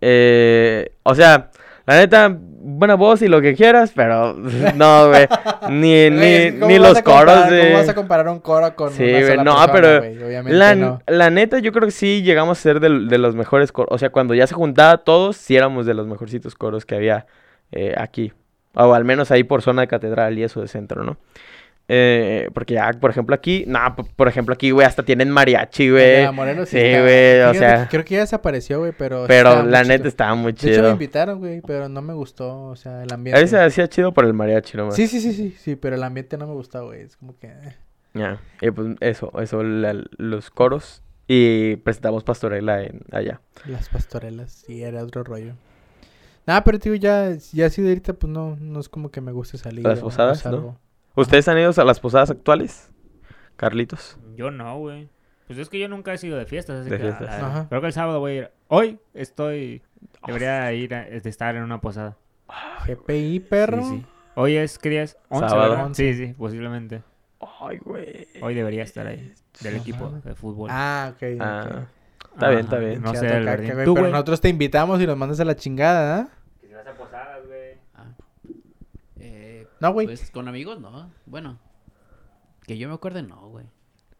Speaker 1: Eh, o sea, la neta, buena voz y lo que quieras, pero no, güey.
Speaker 2: Güey,
Speaker 1: Ni,
Speaker 2: es
Speaker 1: ni,
Speaker 2: que ¿cómo
Speaker 1: ni
Speaker 2: vas
Speaker 1: los
Speaker 2: a comparar-
Speaker 1: coros de.
Speaker 2: ¿Cómo vas a comparar un coro con
Speaker 1: Sí,
Speaker 2: una
Speaker 1: güey,
Speaker 2: sola
Speaker 1: no,
Speaker 2: persona,
Speaker 1: pero
Speaker 2: güey? Obviamente
Speaker 1: La,
Speaker 2: no.
Speaker 1: la neta, yo creo que sí llegamos a ser del- de, los mejores coros. O sea, cuando ya se juntaba todos, sí éramos de los mejorcitos coros que había eh, aquí. O al menos ahí por zona de catedral y eso de centro, ¿no? Eh, porque ya, por ejemplo, aquí, no, p- por ejemplo, aquí, güey, hasta tienen mariachi,
Speaker 2: El de
Speaker 1: güey.
Speaker 2: la Morelos
Speaker 1: Sí,
Speaker 2: está-
Speaker 1: güey, o
Speaker 2: fíjate
Speaker 1: sea.
Speaker 2: que Creo que ya desapareció, güey, pero... sí estaba
Speaker 1: Pero
Speaker 2: muy
Speaker 1: la
Speaker 2: chido.
Speaker 1: neta estaba muy
Speaker 2: De hecho, me
Speaker 1: chido.
Speaker 2: invitaron, güey, pero no me gustó, o sea, el
Speaker 1: A
Speaker 2: ambiente.
Speaker 1: veces hacía chido por el mariachi nomás.
Speaker 2: Sí, sí, sí, sí, sí, pero el ambiente no me gustó, güey. Es como que... eh.
Speaker 1: Ya, Y pues eso, eso, la- los coros Y presentamos pastorela en, allá.
Speaker 2: Las pastorelas, sí, era otro rollo. Nada, pero tío, ya, ya así de ahorita, pues no, no es como que me guste salir.
Speaker 1: Las
Speaker 2: o- o
Speaker 1: posadas, ¿no?
Speaker 2: salgo.
Speaker 1: ¿Ustedes han ido a las posadas actuales? Carlitos.
Speaker 3: Yo no, güey. Pues es que yo nunca he sido de fiestas, así
Speaker 1: De
Speaker 3: que a la
Speaker 1: fiestas.
Speaker 3: verga.
Speaker 2: Ajá.
Speaker 3: Creo que el sábado voy a ir. Hoy estoy... Debería ir a, de estar en una posada.
Speaker 2: GPI,
Speaker 3: Sí,
Speaker 2: perro.
Speaker 3: sí. Hoy es, ¿qué día es? 11,
Speaker 1: Sábado.
Speaker 3: ¿verdad? Sí, sí, posiblemente.
Speaker 1: Ay, güey.
Speaker 3: Hoy debería estar
Speaker 1: Eh,
Speaker 3: ahí. Del
Speaker 2: No
Speaker 3: equipo
Speaker 2: mames.
Speaker 3: de fútbol.
Speaker 2: Ah, ok. ok.
Speaker 1: Ah, está bien, está bien.
Speaker 3: No
Speaker 2: Pinche
Speaker 3: sé,
Speaker 2: dato
Speaker 3: el
Speaker 2: caca,
Speaker 3: Berlín.
Speaker 2: güey,
Speaker 3: Tú,
Speaker 2: Pero
Speaker 3: güey.
Speaker 2: nosotros te invitamos y los mandas a la chingada, ¿ah?
Speaker 3: Que si vas a posadas, güey.
Speaker 4: Eh,
Speaker 2: No, güey.
Speaker 4: Pues con amigos no. Bueno, que yo me acuerde, no, güey.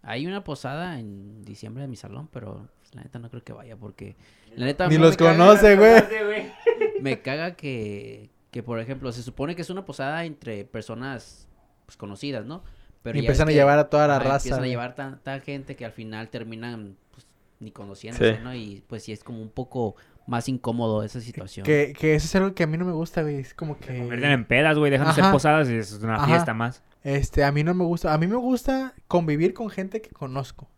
Speaker 4: Hay una posada en diciembre de mi salón, pero pues, la neta no creo que vaya porque la neta
Speaker 2: Ni
Speaker 4: me-
Speaker 2: los
Speaker 4: me, caga,
Speaker 2: conoce, güey.
Speaker 4: me caga que, que, por ejemplo, se supone que es una posada entre personas pues, conocidas, ¿no? Pero
Speaker 2: Y
Speaker 4: ya ves
Speaker 2: empiezan a
Speaker 4: que-
Speaker 2: llevar a toda la
Speaker 4: ajá,
Speaker 2: raza.
Speaker 4: Empiezan a
Speaker 2: güey.
Speaker 4: llevar tanta gente que al final terminan pues, ni conociéndose,
Speaker 1: Sí.
Speaker 4: ¿no? Y pues sí es como un poco más incómodo esa situación.
Speaker 2: Que, que eso es algo que a mí no me gusta, güey. Es como que...
Speaker 3: Convierten en pedas, güey. Dejan de ser
Speaker 2: Ajá.
Speaker 3: posadas y es una
Speaker 2: Ajá.
Speaker 3: fiesta más.
Speaker 2: Este, a mí no me gusta. A mí me gusta convivir con gente que conozco.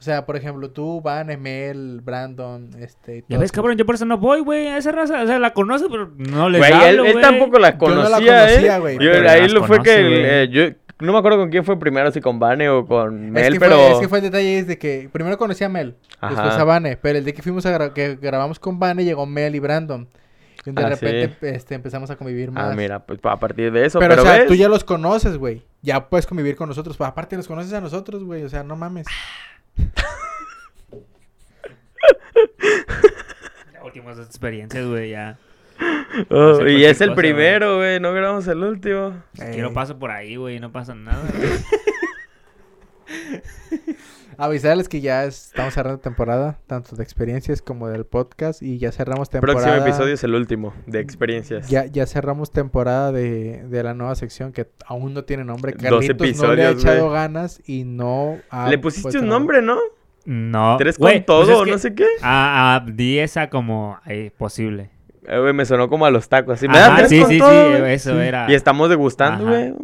Speaker 2: O sea, por ejemplo, tú, Van, Emel, Brandon, este...
Speaker 3: Ya
Speaker 2: todos-
Speaker 3: ves, cabrón, yo por eso no voy, güey. A esa raza, o sea, la conoces, pero no les
Speaker 1: Güey, él,
Speaker 3: hablo,
Speaker 1: él
Speaker 3: güey.
Speaker 1: tampoco la
Speaker 2: Yo no la
Speaker 1: conocía,
Speaker 2: conocía,
Speaker 1: ¿eh?
Speaker 2: güey,
Speaker 1: Yo-
Speaker 3: pero
Speaker 1: ahí
Speaker 3: las
Speaker 1: lo fue que...
Speaker 3: conoce, güey.
Speaker 1: eh, yo no me acuerdo con quién fue primero, si con Vane o con
Speaker 2: Es,
Speaker 1: Mel,
Speaker 2: que
Speaker 1: pero...
Speaker 2: fue, es que fue el detalle es de que primero conocí a Mel, después
Speaker 1: Ajá.
Speaker 2: a Vane, pero el día que fuimos a gra- que grabamos con Vane llegó Mel y Brandon. Y de
Speaker 1: Ah,
Speaker 2: repente este, empezamos a convivir más.
Speaker 1: Ah, mira, pues a partir de eso,
Speaker 2: Pero,
Speaker 1: pero,
Speaker 2: o sea,
Speaker 1: ves...
Speaker 2: tú ya los conoces, güey. Ya puedes convivir con nosotros. Pues, aparte los conoces a nosotros, güey. O sea, no mames.
Speaker 3: Ya Últimas experiencias, güey, ya.
Speaker 1: Oh, y
Speaker 3: hacer cualquier
Speaker 1: es el
Speaker 3: cosa,
Speaker 1: primero, güey, no grabamos el último.
Speaker 3: Si quiero
Speaker 2: Ey.
Speaker 3: paso por ahí, güey, no pasa nada. güey.
Speaker 2: Avisarles que ya es- estamos cerrando temporada, tanto de experiencias como del podcast. Y ya cerramos temporada.
Speaker 1: Próximo episodio es el último de experiencias.
Speaker 2: Ya, ya cerramos temporada de, de la nueva sección que aún no tiene nombre.
Speaker 1: Dos
Speaker 2: Carlitos no le ha
Speaker 1: episodios,
Speaker 2: echado
Speaker 1: güey.
Speaker 2: ganas y pues, no ha
Speaker 1: Le pusiste
Speaker 2: puesto
Speaker 1: un
Speaker 2: nombre.
Speaker 1: nombre, ¿no?
Speaker 3: No.
Speaker 1: Tres
Speaker 3: güey,
Speaker 1: con todo,
Speaker 3: pues es que
Speaker 1: no sé qué.
Speaker 3: A, a di esa como eh, posible.
Speaker 1: Eh, güey, me sonó como a los tacos. Así, me da
Speaker 3: Ajá,
Speaker 1: tres
Speaker 3: sí,
Speaker 1: con
Speaker 3: sí,
Speaker 1: todo,
Speaker 3: sí,
Speaker 1: güey.
Speaker 3: eso era.
Speaker 1: Y estamos degustando,
Speaker 3: Ajá.
Speaker 1: güey.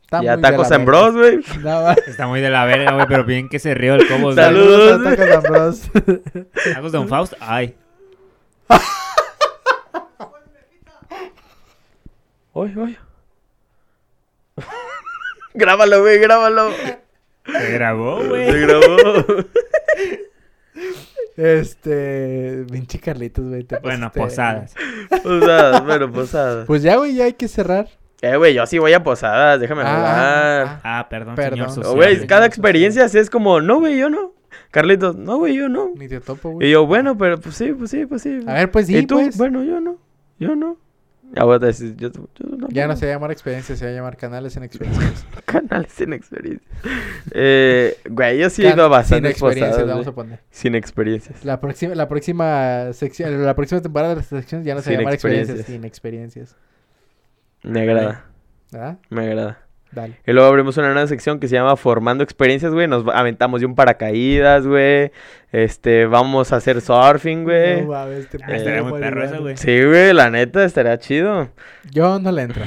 Speaker 2: Está
Speaker 1: Ya
Speaker 2: muy de la
Speaker 1: tacos
Speaker 2: verga.
Speaker 1: en bros, güey.
Speaker 2: No, va.
Speaker 3: Está muy de la verga, güey, pero bien que se rió el cobo.
Speaker 1: Salud. Saludos.
Speaker 2: a tacos en bros.
Speaker 3: Tacos Don Faust, ay.
Speaker 1: Oye, oye. grábalo, güey, grábalo.
Speaker 3: Se grabó,
Speaker 1: Pues Se
Speaker 3: güey.
Speaker 1: grabó.
Speaker 2: Este. Vinci Carlitos, güey. te
Speaker 3: Bueno,
Speaker 2: pasaste.
Speaker 1: Este,
Speaker 3: posadas.
Speaker 1: posadas, bueno, posadas.
Speaker 2: Pues ya, güey, ya hay que cerrar.
Speaker 1: Eh, güey, yo sí voy a posadas, déjame
Speaker 2: Ah,
Speaker 1: hablar.
Speaker 3: Ah, perdón,
Speaker 2: Perdón.
Speaker 3: señor
Speaker 2: No,
Speaker 1: No,
Speaker 3: social.
Speaker 1: Güey,
Speaker 2: sí,
Speaker 1: cada
Speaker 2: sí.
Speaker 1: experiencia sí es como, no, güey, yo no. Carlitos, no, güey, yo no.
Speaker 2: Ni te topo,
Speaker 1: Y
Speaker 2: güey.
Speaker 1: yo, bueno, pero pues sí, pues sí, pues sí.
Speaker 2: A ver, pues
Speaker 1: ¿Y
Speaker 2: sí,
Speaker 1: tú?
Speaker 2: pues.
Speaker 1: Bueno, yo no. Yo no. Ya voy a decir, yo, yo no.
Speaker 2: Ya no se va a llamar experiencia, se va a llamar canales en experiencias.
Speaker 1: Canales sin experiencia. Eh, güey, yo sí he
Speaker 2: Can-
Speaker 1: ido a
Speaker 2: Sin
Speaker 1: bastantes
Speaker 2: experiencias,
Speaker 1: posadas.
Speaker 2: vamos a
Speaker 1: güey.
Speaker 2: poner.
Speaker 1: Sin experiencias.
Speaker 2: La próxima, la próxima sección, la próxima temporada de las secciones ya no se va
Speaker 1: Sin
Speaker 2: a llamar experiencias.
Speaker 1: experiencias.
Speaker 2: Sin experiencias.
Speaker 1: Me agrada,
Speaker 2: ¿Verdad?
Speaker 1: me agrada.
Speaker 2: Dale.
Speaker 1: Y luego abrimos una nueva sección que se llama Formando Experiencias, güey. Nos aventamos de un paracaídas, güey. Este, vamos a hacer surfing, güey.
Speaker 2: No mames, te
Speaker 3: Ah, estaría
Speaker 2: puedo
Speaker 3: muy perro
Speaker 2: morir,
Speaker 3: eso,
Speaker 2: güey.
Speaker 3: güey.
Speaker 1: Sí, güey, la neta, estaría chido.
Speaker 2: Yo no le entro.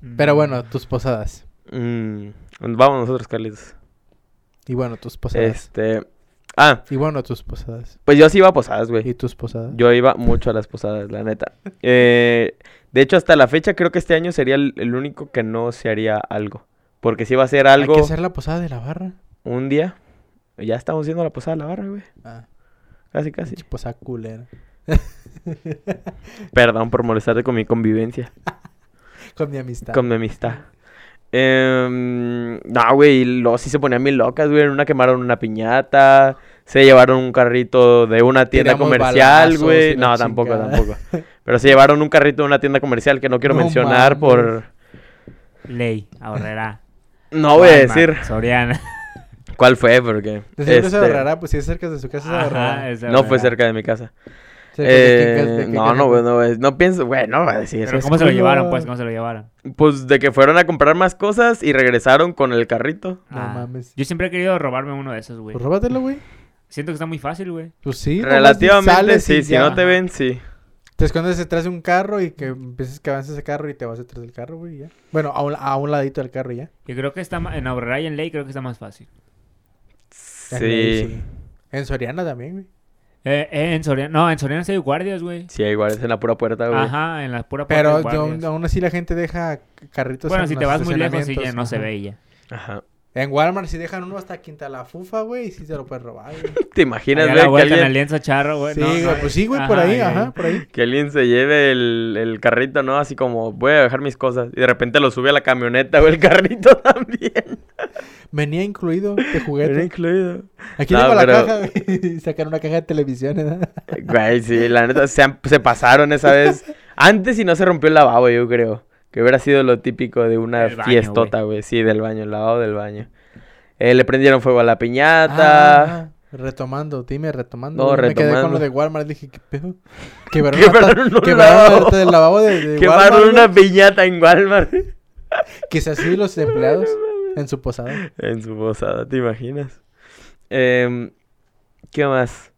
Speaker 3: Mm,
Speaker 2: Pero bueno, tus posadas.
Speaker 1: Mm, vamos nosotros, Carlitos.
Speaker 2: Y bueno, tus posadas.
Speaker 1: Este. Ah,
Speaker 2: Y bueno, tus posadas.
Speaker 1: pues yo sí iba a posadas, güey.
Speaker 2: Y tus posadas.
Speaker 1: Yo iba mucho a las posadas, la neta. Eh, de hecho, hasta la fecha creo que este año sería el, el único que no se haría algo. Porque si va a ser algo
Speaker 2: Hay que hacer la posada de la barra.
Speaker 1: un día, ya estamos haciendo la posada de la barra, güey.
Speaker 2: Ah,
Speaker 1: Casi, casi.
Speaker 2: pinche posada culera.
Speaker 1: Perdón por molestarte con mi convivencia,
Speaker 2: Con mi amistad.
Speaker 1: con mi amistad. Em, no, güey, los sí se ponían bien locas, güey. En una quemaron una piñata, se llevaron un carrito de una tienda
Speaker 2: Tiramos
Speaker 1: comercial,
Speaker 2: balazos y
Speaker 1: güey.
Speaker 2: la
Speaker 1: No, tampoco,
Speaker 2: chingada.
Speaker 1: tampoco. Pero se llevaron un carrito de una tienda comercial que no quiero
Speaker 2: No
Speaker 1: mencionar
Speaker 2: mames.
Speaker 1: por...
Speaker 3: Ley, ahorrará.
Speaker 1: No voy a decir
Speaker 3: Soriana.
Speaker 1: cuál fue, porque...
Speaker 2: De seguro se
Speaker 1: este,
Speaker 2: ahorrará, pues si es cerca de su casa se ahorrará.
Speaker 1: No fue cerca de mi casa.
Speaker 2: Cerca de
Speaker 1: Eh,
Speaker 2: Quincas- de
Speaker 1: no,
Speaker 2: Quincas-
Speaker 1: no, güey, no, güey, no pienso, güey, no voy a decir
Speaker 3: Pero
Speaker 1: eso.
Speaker 3: ¿cómo se lo
Speaker 2: culo.
Speaker 3: llevaron, pues? ¿Cómo se lo llevaron?
Speaker 1: Pues de que fueron a comprar más cosas y regresaron con el carrito.
Speaker 2: No mames.
Speaker 3: Ah, Yo siempre he querido robarme uno de esos, güey.
Speaker 2: Pues róbatelo, güey.
Speaker 3: Siento que está muy fácil, güey.
Speaker 2: Pues sí. nomás
Speaker 1: Relativamente
Speaker 2: sales y
Speaker 1: sí, si
Speaker 2: ya.
Speaker 1: no te ven, sí.
Speaker 2: Te escondes detrás de un carro y que empieces que avances ese carro y te vas detrás del carro, güey, y ya. Bueno, a un, a un ladito del carro y ya.
Speaker 3: Yo creo que está ma- en ahorrará y en ley creo que está más fácil.
Speaker 2: Ya, güey,
Speaker 1: Sí.
Speaker 2: En Soriana también, güey.
Speaker 3: Eh, eh, en Soriana, no, en Soriana sí hay guardias, güey.
Speaker 1: Sí, igual es en la pura puerta, güey.
Speaker 3: Ajá, en la pura puerta
Speaker 2: Pero
Speaker 3: hay
Speaker 2: yo-
Speaker 3: guardias.
Speaker 2: aún así la gente deja carritos
Speaker 3: Bueno,
Speaker 2: en
Speaker 3: si
Speaker 2: los
Speaker 3: te vas muy lejos, sí, ya
Speaker 2: estacionamientos,
Speaker 3: no se
Speaker 2: ajá.
Speaker 3: ve y ya.
Speaker 1: Ajá.
Speaker 2: En Walmart si dejan uno hasta Quinta la Fufa, güey, y sí te lo puedes robar, güey.
Speaker 1: ¿Te imaginas,
Speaker 3: Allá
Speaker 1: güey,
Speaker 3: la
Speaker 1: que
Speaker 3: vuelta en
Speaker 1: alguien,
Speaker 3: Alianza Charro, güey.
Speaker 2: sí,
Speaker 3: no, no
Speaker 2: güey,
Speaker 3: hay.
Speaker 2: pues sí, güey, por ahí,
Speaker 3: ya,
Speaker 2: ajá,
Speaker 3: ya.
Speaker 2: por ahí.
Speaker 1: que alguien se lleve el, el carrito, ¿no? Así como, voy a dejar mis cosas. Y de repente lo sube a la camioneta, güey, el carrito también.
Speaker 2: Venía incluido de
Speaker 1: Era
Speaker 2: juguete.
Speaker 1: incluido.
Speaker 2: Aquí
Speaker 1: No,
Speaker 2: tengo la
Speaker 1: pero-
Speaker 2: caja, güey. Sacaron una caja de ¿eh? televisiones, ¿verdad?
Speaker 1: Güey, sí, la neta, se, han- se pasaron esa vez. Antes y no se rompió el lavabo, yo creo. Que hubiera sido lo típico de una
Speaker 3: Del baño,
Speaker 1: fiestota, güey. Sí, del baño, el lavabo del baño. Eh, le prendieron fuego a la piñata.
Speaker 2: Ah, retomando, dime, retomando.
Speaker 1: No,
Speaker 2: Yo me quedé con
Speaker 1: retomando.
Speaker 2: lo de Walmart, dije, ¿qué pedo? Quebraron,
Speaker 1: Quebraron
Speaker 2: hasta-
Speaker 1: un
Speaker 2: quebraron
Speaker 1: lavabo.
Speaker 2: hasta el lavabo de, de
Speaker 1: Quemaron
Speaker 2: Walmart,
Speaker 1: una
Speaker 2: güey,
Speaker 1: piñata en Walmart.
Speaker 2: Que se así los empleados en su posada.
Speaker 1: En su posada, ¿te imaginas? Em, ¿Qué más?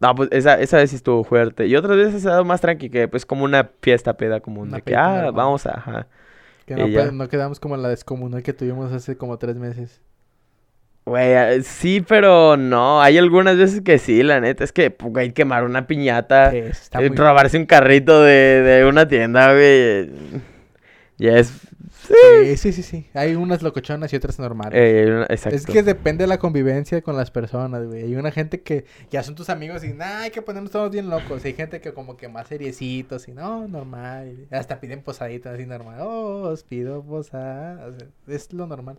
Speaker 1: No, pues esa, esa vez sí estuvo fuerte. Y otras veces se ha dado más tranqui, que pues como una fiesta peda común.
Speaker 2: Una
Speaker 1: de que,
Speaker 2: peda
Speaker 1: ah,
Speaker 2: normal.
Speaker 1: vamos a... ajá.
Speaker 2: Que no,
Speaker 1: Y ya.
Speaker 2: pues, no quedamos como en la descomunal que tuvimos hace como tres meses.
Speaker 1: Güey, eh, sí, pero no. Hay algunas veces que sí, la neta. Es que, pues, güey, quemar una piñata,
Speaker 2: Que está
Speaker 1: eh,
Speaker 2: muy-
Speaker 1: robarse un carrito de, de una tienda, güey. Ya es... Sí.
Speaker 2: Sí, sí, sí, sí. Hay unas locochonas y otras normales.
Speaker 1: Eh, hay una- exacto.
Speaker 2: Es que depende de la convivencia con las personas, güey. Hay una gente que ya son tus amigos y nada, hay que ponernos todos bien locos. Hay gente que como que más seriecitos y no, normal. Hasta piden posaditas así normal. Oh, os pido posada. O sea, es lo normal.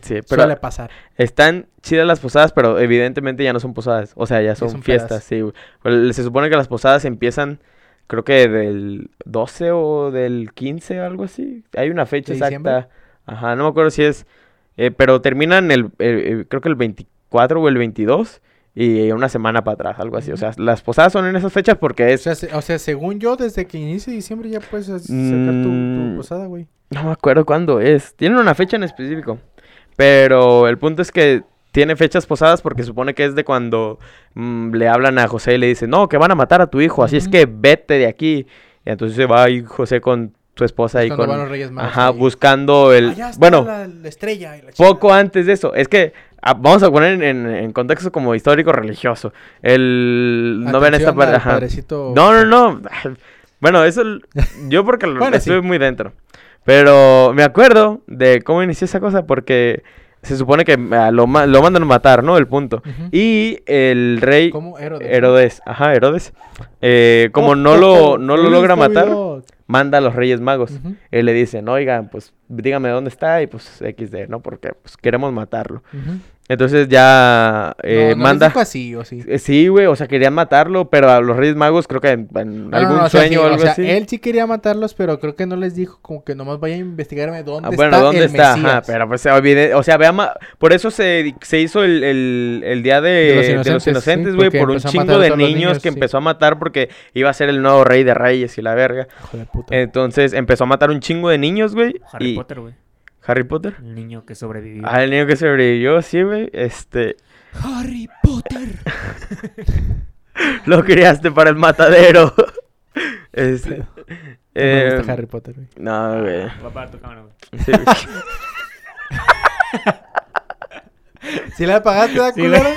Speaker 1: Sí, pero
Speaker 2: Suele pasar.
Speaker 1: están chidas las posadas, pero evidentemente ya no son posadas. O sea, ya son,
Speaker 2: son pedas.
Speaker 1: fiestas, sí. güey. Pues, se supone que las posadas empiezan, creo que del 12 o del 15 o algo así. Hay una fecha
Speaker 2: ¿De diciembre?
Speaker 1: exacta. Ajá, no me acuerdo si es... eh, pero terminan el, el- el- creo que el 24 o el 22 y una semana para atrás, algo así. O sea, las posadas son en esas fechas porque
Speaker 2: O
Speaker 1: es...
Speaker 2: sea, se- o sea, según yo, desde que inicie diciembre ya puedes as- sacar tu, tu
Speaker 1: Mm.
Speaker 2: posada, güey.
Speaker 1: No me acuerdo cuándo es. Tienen una fecha en específico. Pero el punto es que tiene fechas posadas porque supone que es de cuando mm, le hablan a José y le dicen, no, que van a matar a tu hijo, así es
Speaker 2: Ujú.
Speaker 1: que vete de aquí. Y entonces se va ahí José con su esposa y
Speaker 2: Cuando van los
Speaker 1: con...
Speaker 2: Reyes Magos.
Speaker 1: Ajá,
Speaker 2: ahí.
Speaker 1: buscando el...
Speaker 2: Allá está
Speaker 1: Bueno,
Speaker 2: la, la estrella. y la
Speaker 1: poco
Speaker 2: chingada.
Speaker 1: antes de eso. Es que ah, vamos a poner en, en- en contexto como histórico religioso. El... no vean esta
Speaker 2: Atención
Speaker 1: parte...
Speaker 2: al
Speaker 1: Ajá.
Speaker 2: padrecito-
Speaker 1: No, no, no. Bueno, eso l- yo porque lo
Speaker 2: Bueno,
Speaker 1: estuve
Speaker 2: sí.
Speaker 1: muy dentro. Pero me acuerdo de cómo inició esa cosa porque se supone que ah, lo, ma- lo mandan a matar, ¿no? El punto.
Speaker 2: Ujú.
Speaker 1: Y el rey
Speaker 2: ¿Cómo? Herodes.
Speaker 1: Herodes, ajá, Herodes, eh, como
Speaker 2: Oh,
Speaker 1: no
Speaker 2: oh,
Speaker 1: lo,
Speaker 2: oh,
Speaker 1: no lo
Speaker 2: Herodes
Speaker 1: logra
Speaker 2: está
Speaker 1: matar, pues,
Speaker 2: vivo.
Speaker 1: manda a los reyes magos.
Speaker 2: Ujú,
Speaker 1: Él le dicen, oigan, pues dígame dónde está y pues XD, ¿no? Porque pues queremos matarlo.
Speaker 2: ujú.
Speaker 1: Entonces ya eh,
Speaker 2: no, no
Speaker 1: manda...
Speaker 2: Les dijo así, o sí.
Speaker 1: Eh, Sí, güey, o sea, querían matarlo, pero a los Reyes Magos creo que en, en
Speaker 2: No,
Speaker 1: algún
Speaker 2: no, no, o sea,
Speaker 1: sueño o
Speaker 2: sí,
Speaker 1: algo
Speaker 2: o sea,
Speaker 1: así.
Speaker 2: él sí quería matarlos, pero creo que no les dijo como que nomás vayan a investigarme dónde
Speaker 1: Ah, bueno,
Speaker 2: está
Speaker 1: ¿dónde
Speaker 2: el
Speaker 1: está?
Speaker 2: Mesías.
Speaker 1: Ajá, pero pues, evide- o sea, vea, ma- por eso se, se hizo el, el- el día de,
Speaker 2: De los
Speaker 1: de los
Speaker 2: Inocentes,
Speaker 1: inocentes,
Speaker 2: sí,
Speaker 1: güey,
Speaker 2: porque
Speaker 1: por un
Speaker 2: empezó a
Speaker 1: chingo
Speaker 2: matar a
Speaker 1: de
Speaker 2: todos los
Speaker 1: niños,
Speaker 2: niños,
Speaker 1: que
Speaker 2: sí.
Speaker 1: empezó a matar porque iba a ser el nuevo rey de reyes y la verga.
Speaker 2: Hijo de puta.
Speaker 1: Entonces empezó a matar un chingo de niños, güey.
Speaker 3: Harry
Speaker 1: y-
Speaker 3: Potter, güey.
Speaker 1: Harry Potter.
Speaker 3: El niño que sobrevivió.
Speaker 1: Ah, el niño que sobrevivió, sí, güey. Este,
Speaker 4: Harry Potter.
Speaker 1: lo criaste para el matadero. Este,
Speaker 2: No me
Speaker 1: em,
Speaker 2: gusta Harry Potter, güey.
Speaker 1: no, güey.
Speaker 3: Va para Ah, tu cámara, güey.
Speaker 1: Sí, güey.
Speaker 2: ¿Sí la apagaste, da
Speaker 3: Sí,
Speaker 2: culero?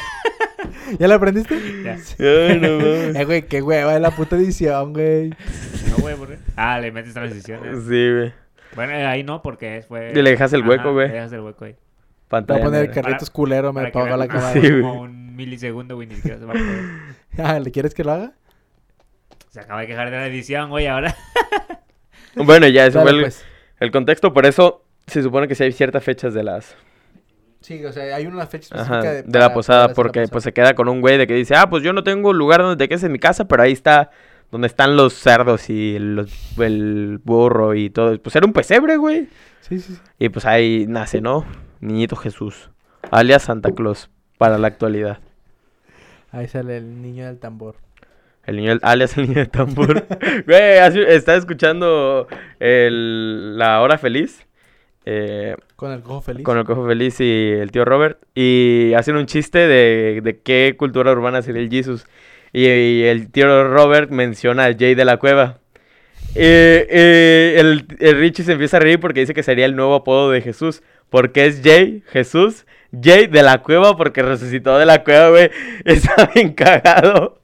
Speaker 2: ¿Ya la aprendiste?
Speaker 3: Ya.
Speaker 1: Ay, no mames.
Speaker 2: Eh, güey, qué hueva es la puta edición, güey.
Speaker 3: No, güey, ¿por qué? Ah, le metes transiciones.
Speaker 1: Sí, güey.
Speaker 3: Bueno, eh, ahí no, porque fue...
Speaker 1: Y le dejas el hueco,
Speaker 3: Ajá,
Speaker 1: güey.
Speaker 3: Le dejas el hueco ahí.
Speaker 2: Te
Speaker 1: Pantalla.
Speaker 2: voy a poner
Speaker 1: negra.
Speaker 2: carritos culero, me
Speaker 3: Para que
Speaker 2: apagó
Speaker 3: vean
Speaker 2: la
Speaker 3: que
Speaker 2: cámara.
Speaker 1: Sí,
Speaker 3: Como
Speaker 1: güey.
Speaker 3: un milisegundo, güey, ni siquiera se va a poder.
Speaker 2: Ah, ¿le quieres que lo haga?
Speaker 3: Se acaba de quejar de la edición, güey, ahora.
Speaker 1: Bueno, ya, eso
Speaker 2: Dale,
Speaker 1: fue el,
Speaker 2: pues.
Speaker 1: el contexto. Por eso se supone que sí hay ciertas fechas de las.
Speaker 2: Sí, o sea, hay una fecha específica
Speaker 1: Ajá,
Speaker 2: de,
Speaker 1: de la
Speaker 2: para- para
Speaker 1: posada.
Speaker 2: hacer la
Speaker 1: Porque
Speaker 2: posada.
Speaker 1: pues se queda con un güey de que dice, ah, pues yo no tengo lugar donde te quedes en mi casa, pero ahí está donde están los cerdos y los- el burro y todo. Pues era un pesebre, güey.
Speaker 2: Sí, sí, sí.
Speaker 1: Y pues ahí nace, ¿no? Niñito Jesús, alias Santa Claus, para la actualidad.
Speaker 2: Ahí sale el niño del tambor.
Speaker 1: El niño, del- alias el niño de tambor. Güey, hace- estaba escuchando el- la hora feliz. eh,
Speaker 2: Con el cojo feliz.
Speaker 1: con el cojo feliz y el tío Robert. Y hacen un chiste de, de qué cultura urbana sería el Jesus. Y, y el tío Robert menciona a Jay de la Cueva. Eh, eh, el, el Richie se empieza a reír porque dice que sería el nuevo apodo de Jesús. Porque es Jay, Jesús, Jay de la cueva porque resucitó de la cueva, güey. Está bien cagado.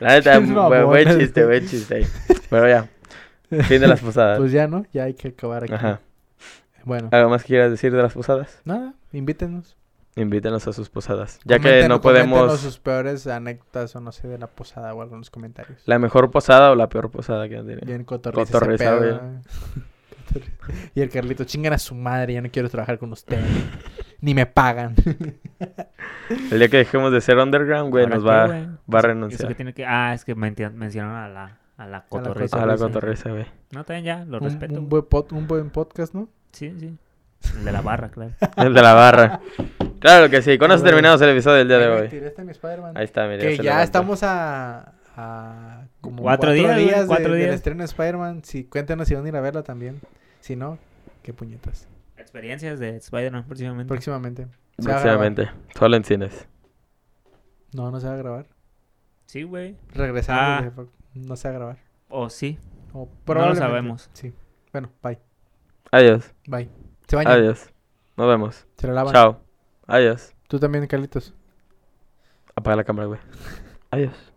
Speaker 1: la neta,
Speaker 2: Pinches
Speaker 1: buen, buen
Speaker 2: babones,
Speaker 1: chiste,
Speaker 2: güey.
Speaker 1: buen chiste. ahí. Pero ya, fin de las posadas.
Speaker 2: Pues ya, ¿no? Ya hay que acabar aquí.
Speaker 1: Ajá.
Speaker 2: Bueno,
Speaker 1: ¿Algo más que quieras decir de las posadas?
Speaker 2: nada, invítenos.
Speaker 1: Invítenos a sus posadas. Ya que
Speaker 2: Comenten-
Speaker 1: no
Speaker 2: coméntenos
Speaker 1: podemos...
Speaker 2: sus peores anécdotas o no sé, de la posada o algo en los comentarios.
Speaker 1: La mejor posada o la peor posada que han tenido.
Speaker 2: Bien cotorriza
Speaker 1: Cotorriza,
Speaker 2: ese pedo,
Speaker 1: güey.
Speaker 2: ¿no? Cotorriza. Y el Carlito, chingan a su madre, ya no quiero trabajar con ustedes. Ni me pagan.
Speaker 1: El día que dejemos de ser underground, güey,
Speaker 3: ¿Ahora
Speaker 1: nos
Speaker 3: qué,
Speaker 1: va,
Speaker 3: güey?
Speaker 1: va a
Speaker 3: Eso- eso
Speaker 1: renunciar.
Speaker 3: que tiene que- Ah, es que menti- mencionaron a la, a la cotorriza.
Speaker 2: cotorriza.
Speaker 1: A la
Speaker 2: Sí.
Speaker 1: cotorreza, güey.
Speaker 3: No, también ya, lo
Speaker 2: Un,
Speaker 3: respeto.
Speaker 2: un
Speaker 3: güey.
Speaker 2: buen pod- un buen podcast, ¿no?
Speaker 3: Sí, sí. El de la barra, claro.
Speaker 1: El de la barra. Claro que sí. Con eso
Speaker 2: Bueno.
Speaker 1: terminamos el episodio del día de
Speaker 2: Ahí me
Speaker 1: hoy.
Speaker 3: este
Speaker 2: tiré hasta mi Spider-Man.
Speaker 1: Ahí está, mira.
Speaker 2: que
Speaker 1: se
Speaker 2: ya
Speaker 1: levantó.
Speaker 2: estamos a, a como
Speaker 3: Cuatro
Speaker 2: cuatro,
Speaker 3: días,
Speaker 2: días,
Speaker 3: güey,
Speaker 2: de-
Speaker 3: cuatro
Speaker 2: del
Speaker 3: días.
Speaker 2: estreno de Spider-Man. Si, cuéntenos si van a ir a verla también. Si no, qué puñetas.
Speaker 3: Experiencias de Spider-Man próximamente.
Speaker 2: Próximamente. Se va a grabar.
Speaker 1: Próximamente. Solo en cines.
Speaker 2: No, no se va a grabar.
Speaker 3: Sí, güey. Ah.
Speaker 2: Regresando. güey, No se va a grabar.
Speaker 3: O sí.
Speaker 2: O
Speaker 3: No lo
Speaker 2: probablemente.
Speaker 3: sabemos.
Speaker 2: Sí. Bueno, bye.
Speaker 1: Adiós.
Speaker 2: Bye. Se bañan.
Speaker 1: Adiós. Nos vemos.
Speaker 2: Se la lavan.
Speaker 1: Chao. Adiós.
Speaker 2: Tú también, Carlitos.
Speaker 1: Apaga la cámara, güey. Adiós.